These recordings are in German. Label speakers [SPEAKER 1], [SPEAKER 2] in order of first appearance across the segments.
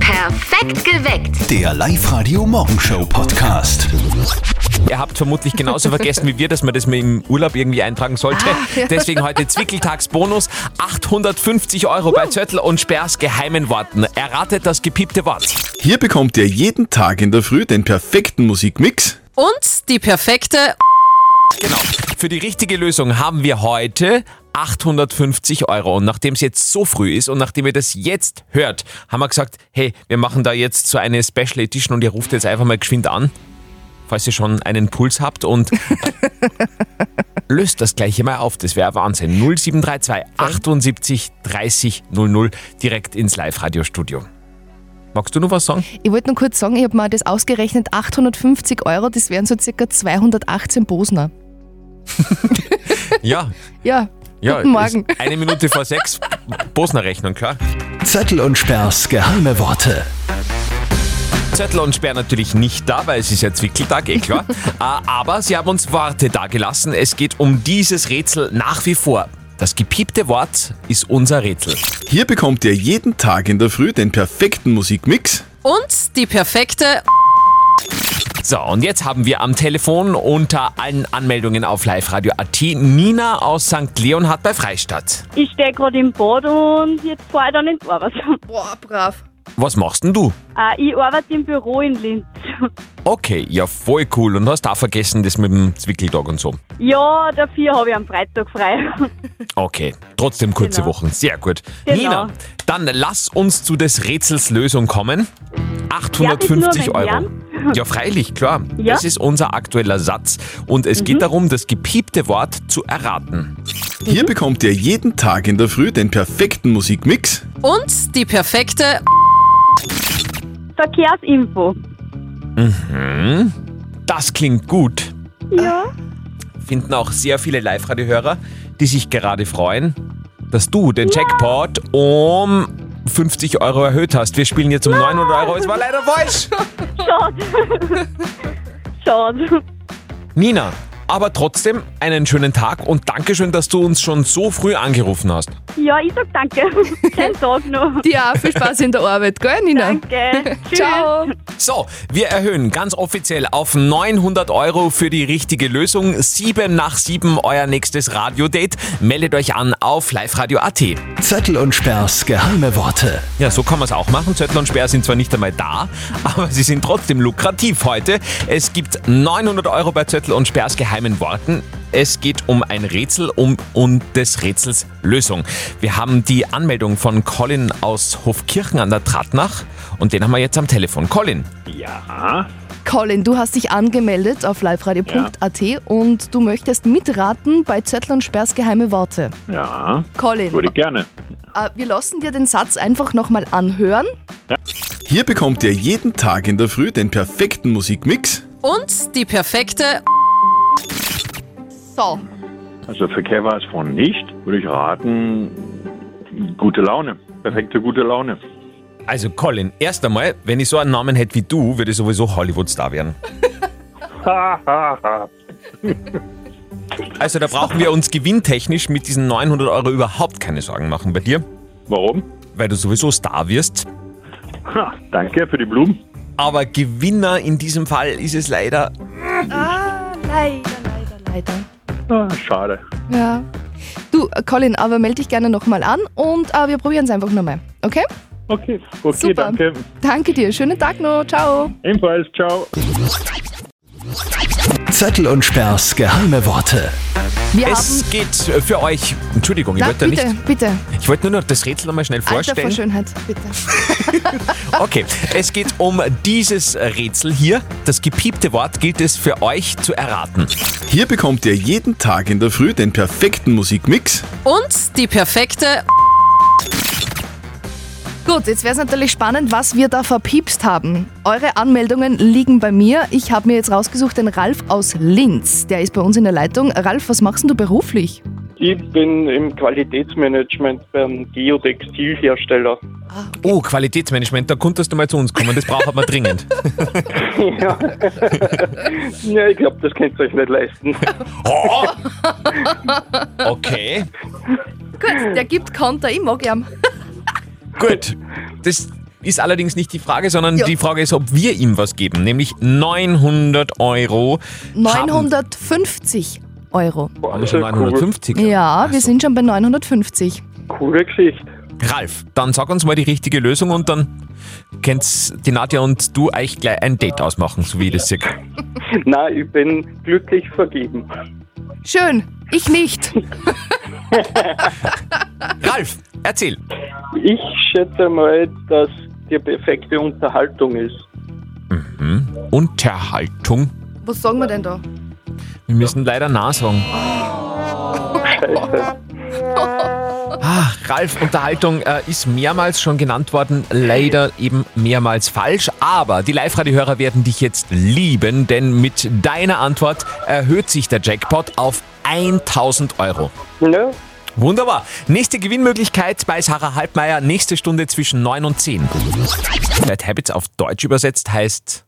[SPEAKER 1] Perfekt geweckt.
[SPEAKER 2] Der Live-Radio Morgenshow Podcast.
[SPEAKER 3] Ihr habt vermutlich genauso vergessen wie wir, dass man das mit im Urlaub irgendwie eintragen sollte. Deswegen heute Zwickeltagsbonus. 850 Euro bei Zöttl und Sperrs geheimen Worten. Erratet das gepiepte Wort.
[SPEAKER 4] Hier bekommt ihr jeden Tag in der Früh den perfekten Musikmix.
[SPEAKER 5] Und die perfekte
[SPEAKER 3] Genau. Für die richtige Lösung haben wir heute 850 Euro. Und nachdem es jetzt so früh ist und nachdem ihr das jetzt hört, haben wir gesagt, hey, wir machen da jetzt so eine Special Edition und ihr ruft jetzt einfach mal geschwind an, falls ihr schon einen Puls habt und löst das gleiche mal auf. Das wäre Wahnsinn. 0732 78 30 00 direkt ins Live-Radio-Studio. Magst du noch was sagen?
[SPEAKER 6] Ich wollte nur kurz sagen, ich habe mal das ausgerechnet, 850 Euro, das wären so circa 218 Bosner.
[SPEAKER 3] Ja.
[SPEAKER 6] Ja,
[SPEAKER 3] ja
[SPEAKER 6] guten Morgen.
[SPEAKER 3] ist Eine Minute vor sechs. Bosner Rechnung, klar.
[SPEAKER 2] Zettel und Sperrs geheime Worte.
[SPEAKER 3] Zettel und Sperr natürlich nicht da, weil es ist ja Zwickeltag, eh klar. Äh, Aber sie haben uns Worte dagelassen. Es geht um dieses Rätsel nach wie vor. Das gepiepte Wort ist unser Rätsel.
[SPEAKER 4] Hier bekommt ihr jeden Tag in der Früh den perfekten Musikmix.
[SPEAKER 5] und die perfekte
[SPEAKER 3] So, und jetzt haben wir am Telefon unter allen Anmeldungen auf liveradio.at Nina aus St. Leon hat bei Freistadt.
[SPEAKER 7] Ich stehe gerade im Bad und jetzt fahre ich dann ins Arbeit.
[SPEAKER 6] Boah, brav.
[SPEAKER 3] Was machst denn du?
[SPEAKER 7] Äh, ich arbeite im Büro in Linz.
[SPEAKER 3] Okay, ja, voll cool. Und hast da vergessen, das mit dem Zwickeltag und so.
[SPEAKER 7] Ja, dafür habe ich am Freitag frei.
[SPEAKER 3] Okay, trotzdem kurze
[SPEAKER 7] Genau.
[SPEAKER 3] Wochen. Sehr gut.
[SPEAKER 7] Genau.
[SPEAKER 3] Nina, dann lass uns zu des Rätsels Lösung kommen.
[SPEAKER 7] Darf
[SPEAKER 3] 850
[SPEAKER 7] ich nur
[SPEAKER 3] Euro.
[SPEAKER 7] meinen
[SPEAKER 3] Ja, freilich, klar.
[SPEAKER 7] Ja? Mhm.
[SPEAKER 3] Das ist unser aktueller Satz. Und es geht darum, das gepiepte Wort zu erraten.
[SPEAKER 4] Hier bekommt ihr jeden Tag in der Früh den perfekten Musikmix.
[SPEAKER 5] und die perfekte
[SPEAKER 7] Verkehrsinfo.
[SPEAKER 3] Das klingt gut.
[SPEAKER 7] Ja.
[SPEAKER 3] Finden auch sehr viele Live-Radio-Hörer, die sich gerade freuen, dass du den Jackpot um 50 Euro erhöht hast. Wir spielen jetzt um 900 Euro. Es war leider falsch.
[SPEAKER 7] Schade. Schade.
[SPEAKER 3] Nina, aber trotzdem einen schönen Tag und Dankeschön, dass du uns schon so früh angerufen hast.
[SPEAKER 7] Ja, ich sag danke. Schönen Tag noch.
[SPEAKER 6] Ja, viel Spaß in der Arbeit, gell, Nina?
[SPEAKER 7] Danke. Tschüss.
[SPEAKER 6] Ciao.
[SPEAKER 3] So, wir erhöhen ganz offiziell auf 900 Euro für die richtige Lösung. 7 nach 7 euer nächstes Radio-Date. Meldet euch an auf liveradio.at.
[SPEAKER 2] Zettel und Sperrs geheime Worte.
[SPEAKER 3] Ja, so kann man es auch machen. Zöttl und Sperr sind zwar nicht einmal da, aber sie sind trotzdem lukrativ heute. Es gibt 900 Euro bei Zöttl und Sperrs geheimen Worten. Es geht um ein Rätsel um, und des Rätsels Lösung. Wir haben die Anmeldung von Colin aus Hofkirchen an der Tratnach und den haben wir jetzt am Telefon. Colin,
[SPEAKER 8] Ja,
[SPEAKER 6] Colin, du hast dich angemeldet auf liveradio.at und du möchtest mitraten bei Zettel und Sperrs geheime Worte.
[SPEAKER 8] ja,
[SPEAKER 6] Colin,
[SPEAKER 8] würde ich gerne.
[SPEAKER 6] äh, wir lassen dir den Satz einfach nochmal anhören.
[SPEAKER 4] Hier bekommt ihr jeden Tag in der Früh den perfekten Musikmix.
[SPEAKER 5] und die perfekte
[SPEAKER 6] So,
[SPEAKER 8] Also Verkehr war es vorhin nicht. Würde ich raten, gute Laune. Perfekte gute Laune.
[SPEAKER 3] also Colin, erst einmal, wenn ich so einen Namen hätte wie du, würde ich sowieso Hollywood-Star werden.
[SPEAKER 8] Ha, ha, ha.
[SPEAKER 3] Also da brauchen wir uns gewinntechnisch mit diesen 900 Euro überhaupt keine Sorgen machen. Bei dir?
[SPEAKER 8] Warum?
[SPEAKER 3] Weil du sowieso Star wirst.
[SPEAKER 8] Ha, danke für die Blumen.
[SPEAKER 3] Aber Gewinner in diesem Fall ist es leider.
[SPEAKER 6] leider.
[SPEAKER 8] Ah, schade.
[SPEAKER 6] Ja. Du, äh, Colin, aber melde dich gerne nochmal an und äh, wir probieren es einfach nochmal. Okay?
[SPEAKER 8] Okay, okay,
[SPEAKER 6] Super.
[SPEAKER 8] danke.
[SPEAKER 6] Danke dir. Schönen Tag noch. Ciao.
[SPEAKER 8] Ebenfalls, ciao.
[SPEAKER 2] Zettel und Sperrs geheime Worte.
[SPEAKER 6] Wir haben.
[SPEAKER 3] Es geht äh, für euch. Entschuldigung, ich
[SPEAKER 6] Na,
[SPEAKER 3] wollte da
[SPEAKER 6] bitte,
[SPEAKER 3] nicht.
[SPEAKER 6] bitte.
[SPEAKER 3] Ich wollte nur noch das Rätsel nochmal schnell
[SPEAKER 6] Alter Ah. vor
[SPEAKER 3] vorstellen.
[SPEAKER 6] Schönheit, bitte.
[SPEAKER 3] Okay, es geht um dieses Rätsel hier. Das gepiepte Wort gilt es für euch zu erraten.
[SPEAKER 4] Hier bekommt ihr jeden Tag in der Früh den perfekten Musikmix.
[SPEAKER 5] und die perfekte
[SPEAKER 6] Gut, jetzt wäre es natürlich spannend, was wir da verpiepst haben. Eure Anmeldungen liegen bei mir. Ich habe mir jetzt rausgesucht den Ralf aus Linz. Der ist bei uns in der Leitung. Ralf, was machst denn du beruflich?
[SPEAKER 9] Ich bin im Qualitätsmanagement beim Geotextilhersteller.
[SPEAKER 3] Oh, Qualitätsmanagement, da konntest du mal zu uns kommen. Das braucht man dringend.
[SPEAKER 9] Ja, ja ich glaube, das könnt ihr euch nicht leisten.
[SPEAKER 3] Oh. Okay,
[SPEAKER 6] Gut, der gibt Konter, ich mag ihn.
[SPEAKER 3] gut. Das ist allerdings nicht die Frage, sondern
[SPEAKER 6] Ja.
[SPEAKER 3] die Frage ist, ob wir ihm was geben. Nämlich 900 Euro.
[SPEAKER 6] 950 Euro.
[SPEAKER 9] Boah,
[SPEAKER 3] Haben wir schon
[SPEAKER 9] ja cool.
[SPEAKER 3] 950?
[SPEAKER 6] Ja,
[SPEAKER 3] Ach
[SPEAKER 6] wir
[SPEAKER 3] so.
[SPEAKER 6] sind schon bei 950.
[SPEAKER 9] coole Geschichte.
[SPEAKER 3] Ralf, dann sag uns mal die richtige Lösung und dann könnt die Nadja und du euch gleich ein Date ausmachen, so wie ich das sehe.
[SPEAKER 9] Nein, ich bin glücklich vergeben.
[SPEAKER 6] Schön, ich nicht.
[SPEAKER 3] Ralf, erzähl.
[SPEAKER 9] Ich schätze mal, dass die perfekte Unterhaltung ist.
[SPEAKER 3] Unterhaltung.
[SPEAKER 6] Was sagen wir denn da?
[SPEAKER 3] Wir müssen leider nah sagen.
[SPEAKER 9] Scheiße.
[SPEAKER 3] Ah, Ralf, Unterhaltung äh, ist mehrmals schon genannt worden, leider eben mehrmals falsch. Aber die Live-Radio-Hörer werden dich jetzt lieben, denn mit deiner Antwort erhöht sich der Jackpot auf 1000 Euro.
[SPEAKER 9] Ja,
[SPEAKER 3] Wunderbar. Nächste Gewinnmöglichkeit bei Sarah Halbmeier, nächste Stunde zwischen 9 und 10. Bad Habits auf Deutsch übersetzt heißt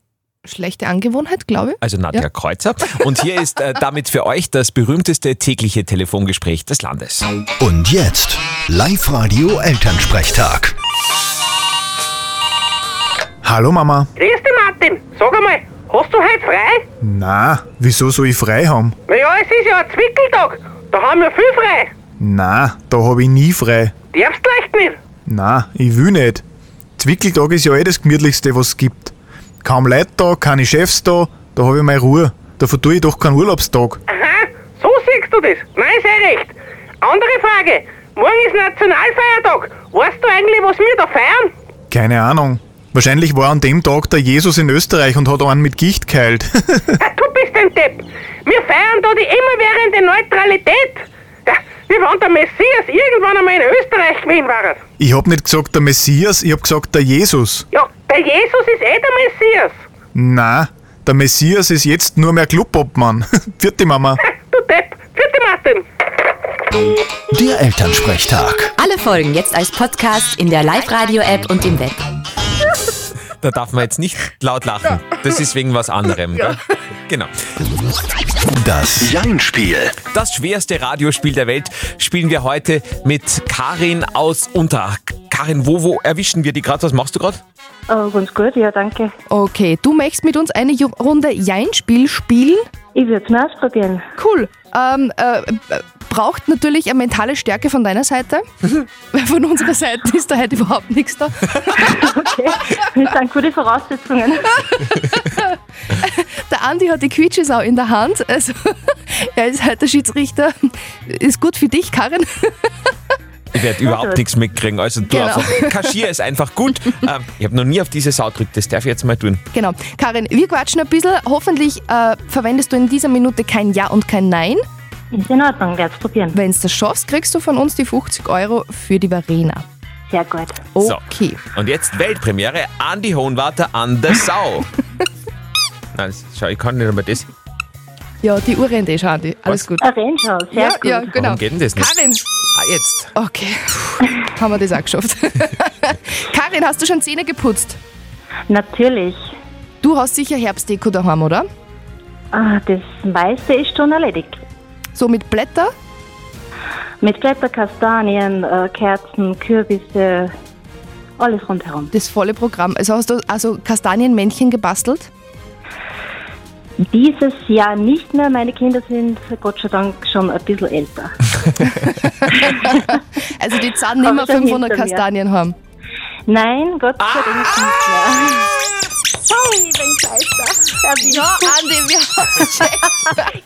[SPEAKER 6] Schlechte Angewohnheit, glaube ich.
[SPEAKER 3] also Nadja
[SPEAKER 6] Ja.
[SPEAKER 3] Kreuzer. Und hier ist äh, damit für euch das berühmteste tägliche Telefongespräch des Landes.
[SPEAKER 2] Und jetzt Live-Radio Elternsprechtag.
[SPEAKER 1] Hallo Mama.
[SPEAKER 10] Grüß dich, Martin. Sag einmal, hast du heute frei?
[SPEAKER 1] Na, wieso soll ich frei haben?
[SPEAKER 10] Naja, es ist ja ein Zwickeltag. Da haben wir viel frei.
[SPEAKER 1] Na, da habe ich nie frei.
[SPEAKER 10] Darfst leicht nicht.
[SPEAKER 1] Na, ich will nicht. Zwickeltag ist ja eh das gemütlichste, was es gibt. Kaum Leute da, keine Chefs da, da habe ich meine Ruhe. Da vertue ich doch keinen Urlaubstag.
[SPEAKER 10] Aha, so siehst du das. Nein, sei recht. Andere Frage. Morgen ist Nationalfeiertag. Weißt du eigentlich, was wir da feiern?
[SPEAKER 1] Keine Ahnung. Wahrscheinlich war an dem Tag der Jesus in Österreich und hat einen mit Gicht geheilt.
[SPEAKER 10] Ah, du bist ein Depp. Wir feiern da die immerwährende Neutralität. Ja, wie wenn der Messias irgendwann einmal in Österreich gewesen war.
[SPEAKER 1] ich hab nicht gesagt der Messias, ich hab gesagt der Jesus.
[SPEAKER 10] Ja, der Jesus ist eh der Messias.
[SPEAKER 1] Na, der Messias ist jetzt nur mehr Clubobmann. Vierte Mama.
[SPEAKER 10] Du Depp. Vierte Martin.
[SPEAKER 2] Der Elternsprechtag.
[SPEAKER 11] Alle Folgen jetzt als Podcast in der Live-Radio-App und im Web.
[SPEAKER 3] Da darf man jetzt nicht laut lachen. Das ist wegen was anderem. Gell? Genau.
[SPEAKER 2] Das Jein-Spiel.
[SPEAKER 3] Das schwerste Radiospiel der Welt spielen wir heute mit Karin aus Unterach. Karin, wo, wo erwischen wir die gerade? Was machst du gerade?
[SPEAKER 7] Oh, ganz gut, ja, danke.
[SPEAKER 6] Okay, du möchtest mit uns eine Ju- Runde Jein-Spiel spielen.
[SPEAKER 7] Ich würde es mal ausprobieren.
[SPEAKER 6] Cool. Ähm, äh, äh, braucht natürlich eine mentale Stärke von deiner Seite. Weil von unserer Seite ist da halt überhaupt nichts da.
[SPEAKER 7] Okay, das sind gute Voraussetzungen.
[SPEAKER 6] Der Andi hat die Quietschesau in der Hand. Also, er ist halt der Schiedsrichter. Ist gut für dich, Karin.
[SPEAKER 3] Ich werde überhaupt nichts mitkriegen. Also du
[SPEAKER 6] Genau.
[SPEAKER 3] einfach. Kaschier ist einfach gut. Ähm, ich habe noch nie auf diese Sau gedrückt. Das darf ich jetzt mal tun.
[SPEAKER 6] Genau. Karin, wir quatschen ein bisschen. Hoffentlich äh, verwendest du in dieser Minute kein Ja und kein Nein.
[SPEAKER 7] Ist in Ordnung, werde es probieren.
[SPEAKER 6] Wenn du das schaffst, kriegst du von uns die 50 Euro für die Verena.
[SPEAKER 7] Sehr gut.
[SPEAKER 6] Okay.
[SPEAKER 3] Und jetzt Weltpremiere. Andi Hohenwarter an der Sau. Nein, das- schau, ich kann nicht einmal das.
[SPEAKER 6] Ja, die Uhr rennt eh schon, Andi. Alles gut.
[SPEAKER 7] Arrangeau, sehr
[SPEAKER 6] Ja,
[SPEAKER 7] gut.
[SPEAKER 6] ja, genau.
[SPEAKER 3] Warum geht denn das nicht?
[SPEAKER 6] Karin,
[SPEAKER 3] Ah, jetzt.
[SPEAKER 6] Okay, haben wir das auch geschafft. Karin, hast du schon Zähne geputzt?
[SPEAKER 7] Natürlich.
[SPEAKER 6] Du hast sicher Herbstdeko daheim, oder?
[SPEAKER 7] Ah, das meiste ist schon erledigt.
[SPEAKER 6] So mit Blätter?
[SPEAKER 7] Mit Blätter, Kastanien, äh, Kerzen, Kürbisse, alles rundherum.
[SPEAKER 6] Das volle Programm. Also hast du also Kastanienmännchen gebastelt?
[SPEAKER 7] Dieses Jahr nicht mehr. Meine Kinder sind Gott sei Dank schon ein bisschen älter.
[SPEAKER 6] Also die zahlen nicht mehr
[SPEAKER 7] Hab ich
[SPEAKER 6] 500
[SPEAKER 7] schon hinter mir.
[SPEAKER 6] Kastanien haben.
[SPEAKER 7] Nein, Gott sei Dank nicht mehr. Sorry, wenn Geister. Ja,
[SPEAKER 6] Andi, wir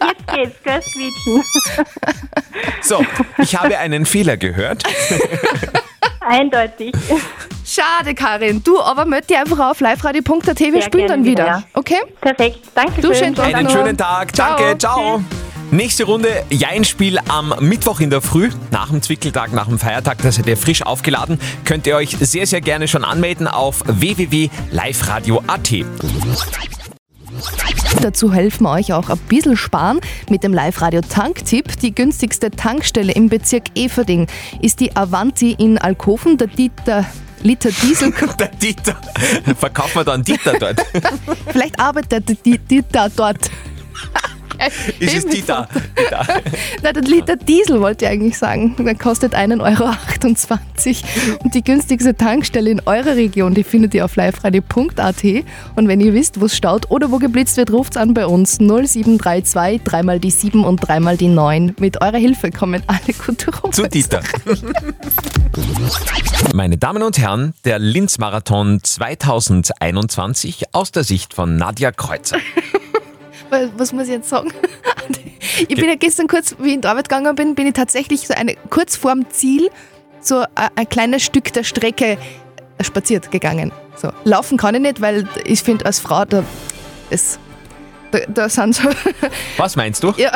[SPEAKER 7] jetzt geht's, gell, quietschen.
[SPEAKER 3] So, ich habe einen Fehler gehört.
[SPEAKER 7] Eindeutig.
[SPEAKER 6] Schade, Karin. Du, aber möcht die einfach auf liveradio.at, wir
[SPEAKER 7] Sehr
[SPEAKER 6] spielen dann
[SPEAKER 7] gerne
[SPEAKER 6] wieder.
[SPEAKER 7] wieder, ja.
[SPEAKER 6] Okay?
[SPEAKER 7] Perfekt. Danke
[SPEAKER 6] Du schönen Tag
[SPEAKER 3] Einen
[SPEAKER 6] noch.
[SPEAKER 3] schönen Tag.
[SPEAKER 6] Ciao.
[SPEAKER 3] Danke, ciao. Nächste Runde Jein-Spiel am Mittwoch in der Früh, nach dem Zwickeltag, nach dem Feiertag. Da seid ihr frisch aufgeladen. Könnt ihr euch sehr, sehr gerne schon anmelden auf www.liveradio.at.
[SPEAKER 6] Dazu helfen wir euch auch ein bisschen sparen mit dem Live-Radio-Tanktipp. Die günstigste Tankstelle im Bezirk Everding ist die Avanti in Alkoven. Der Dieter Liter Diesel
[SPEAKER 3] Der Dieter. Verkauft man dann Dieter dort?
[SPEAKER 6] Vielleicht arbeitet die, die da dort.
[SPEAKER 3] Ist es die da?
[SPEAKER 6] Na, der Liter Diesel wollte ich eigentlich sagen. Der kostet 1,28 Euro. Und die günstigste Tankstelle in eurer Region, die findet ihr auf liveradio.at. Und wenn ihr wisst, wo es staut oder wo geblitzt wird, ruft an bei uns 0732 dreimal die 7 und dreimal die 9. Mit eurer Hilfe kommen alle gut rum.
[SPEAKER 3] Zu Dieter. Meine Damen und Herren, der Linz-Marathon 2021 aus der Sicht von Nadja Kreuzer.
[SPEAKER 6] Was, was muss ich jetzt sagen? Ich bin ja gestern kurz, wie ich in die Arbeit gegangen bin, bin ich tatsächlich so eine, kurz vorm Ziel so ein, ein kleines Stück der Strecke spaziert gegangen. So. Laufen kann ich nicht, weil ich finde, als Frau, da, das, da, da sind so,
[SPEAKER 3] Was meinst du?
[SPEAKER 6] ja,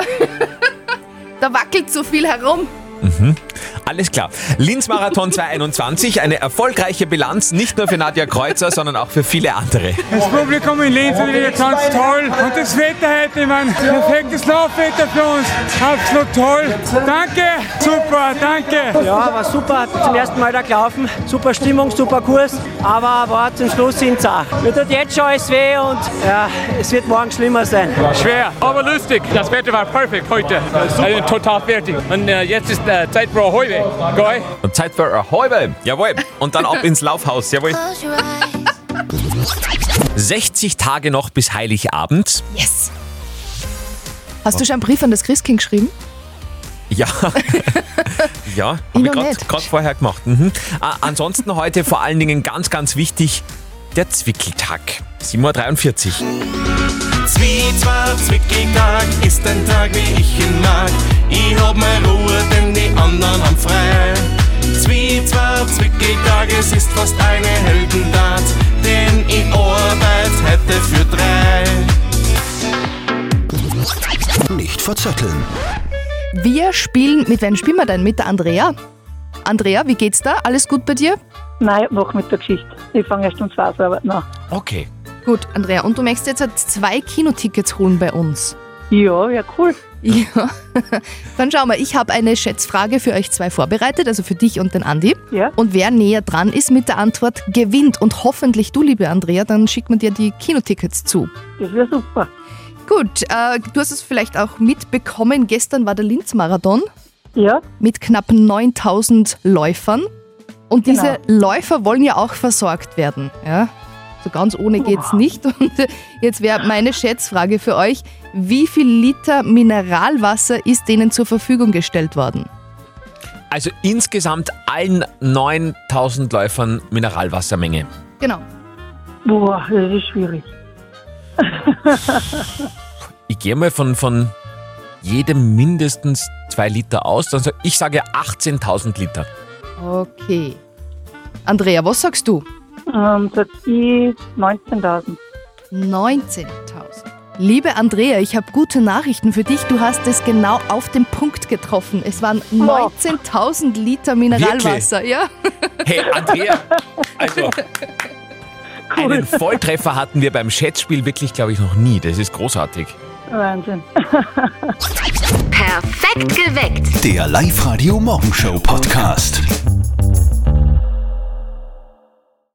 [SPEAKER 6] da wackelt so viel herum.
[SPEAKER 3] Mhm. Alles klar. Linz-Marathon 2021, eine erfolgreiche Bilanz, nicht nur für Nadja Kreuzer, sondern auch für viele andere.
[SPEAKER 12] Das Publikum in Linz ist wieder ganz toll. Und das Wetter heute, ich meine, perfektes Laufwetter für uns. Absolut toll. Danke, super, danke.
[SPEAKER 13] Ja, war super, zum ersten Mal da gelaufen. Super Stimmung, super Kurs, aber war zum Schluss in Zach. Mir tut jetzt schon alles weh und ja, es wird morgen schlimmer sein.
[SPEAKER 14] Schwer, aber lustig. Das Wetter war perfekt heute. Also total fertig. Und äh, jetzt ist äh, Zeit für heute. Geil.
[SPEAKER 3] Und Zeit für eine halbe. Jawohl. Und dann ab ins Laufhaus. Jawohl. 60 Tage noch bis Heiligabend.
[SPEAKER 6] Yes. Hast du schon einen Brief an das Christkind geschrieben?
[SPEAKER 3] Ja. ja,
[SPEAKER 6] Ich
[SPEAKER 3] habe
[SPEAKER 6] noch
[SPEAKER 3] ich
[SPEAKER 6] nicht.
[SPEAKER 3] gerade vorher gemacht. Mhm. Äh, ansonsten heute vor allen Dingen ganz, ganz wichtig, der Zwickeltag. 7.43 Uhr.
[SPEAKER 15] Zwietracht, Zwickeltag ist ein Tag, wie ich ihn mag. Ich hab meine Ruhe, denn die anderen haben frei. Zwietracht, Zwickeltag, es ist fast eine Heldentat, denn ich Arbeit hätte für drei.
[SPEAKER 2] Nicht verzetteln.
[SPEAKER 6] Wir spielen, mit wem spielen wir denn? Mit der Andrea. Andrea, wie geht's da? Alles gut bei dir?
[SPEAKER 16] Nein, mach mit der Geschichte. Ich fange erst um zwei Uhr Arbeit an.
[SPEAKER 3] Okay.
[SPEAKER 6] Gut, Andrea, und du möchtest jetzt halt zwei Kinotickets holen bei uns.
[SPEAKER 16] Ja, ja, cool.
[SPEAKER 6] Ja. Dann schauen wir, ich habe eine Schätzfrage für euch zwei vorbereitet, also für dich und den Andi. Ja. Und wer näher dran ist mit der Antwort, gewinnt. Und hoffentlich du, liebe Andrea, dann schickt man dir die Kinotickets zu.
[SPEAKER 16] Das wäre super.
[SPEAKER 6] Gut, äh, du hast es vielleicht auch mitbekommen, gestern war der Linz-Marathon.
[SPEAKER 16] Ja.
[SPEAKER 6] Mit knapp 9000 Läufern. Und diese
[SPEAKER 16] Genau.
[SPEAKER 6] Läufer wollen ja auch versorgt werden. Ja? So ganz ohne geht's nicht. Und äh, jetzt wäre meine Schätzfrage für euch: Wie viel Liter Mineralwasser ist denen zur Verfügung gestellt worden?
[SPEAKER 3] Also insgesamt allen 9000 Läufern Mineralwassermenge.
[SPEAKER 6] Genau.
[SPEAKER 16] Boah, das ist schwierig.
[SPEAKER 3] Ich gehe mal von, von jedem mindestens 2 Liter aus. Dann sag, ich sage 18.000 Liter.
[SPEAKER 6] Okay. Andrea, was sagst du?
[SPEAKER 16] Ähm, seit ich 19.000.
[SPEAKER 6] 19.000. Liebe Andrea, ich habe gute Nachrichten für dich. Du hast es genau auf den Punkt getroffen. Es waren 19.000 Liter Mineralwasser. Ja?
[SPEAKER 3] Hey, Andrea, also einen Volltreffer hatten wir beim Schätzspiel wirklich, glaube ich, noch nie. Das ist großartig.
[SPEAKER 16] Wahnsinn.
[SPEAKER 11] Perfekt geweckt.
[SPEAKER 2] Der Live-Radio Morgenshow Podcast.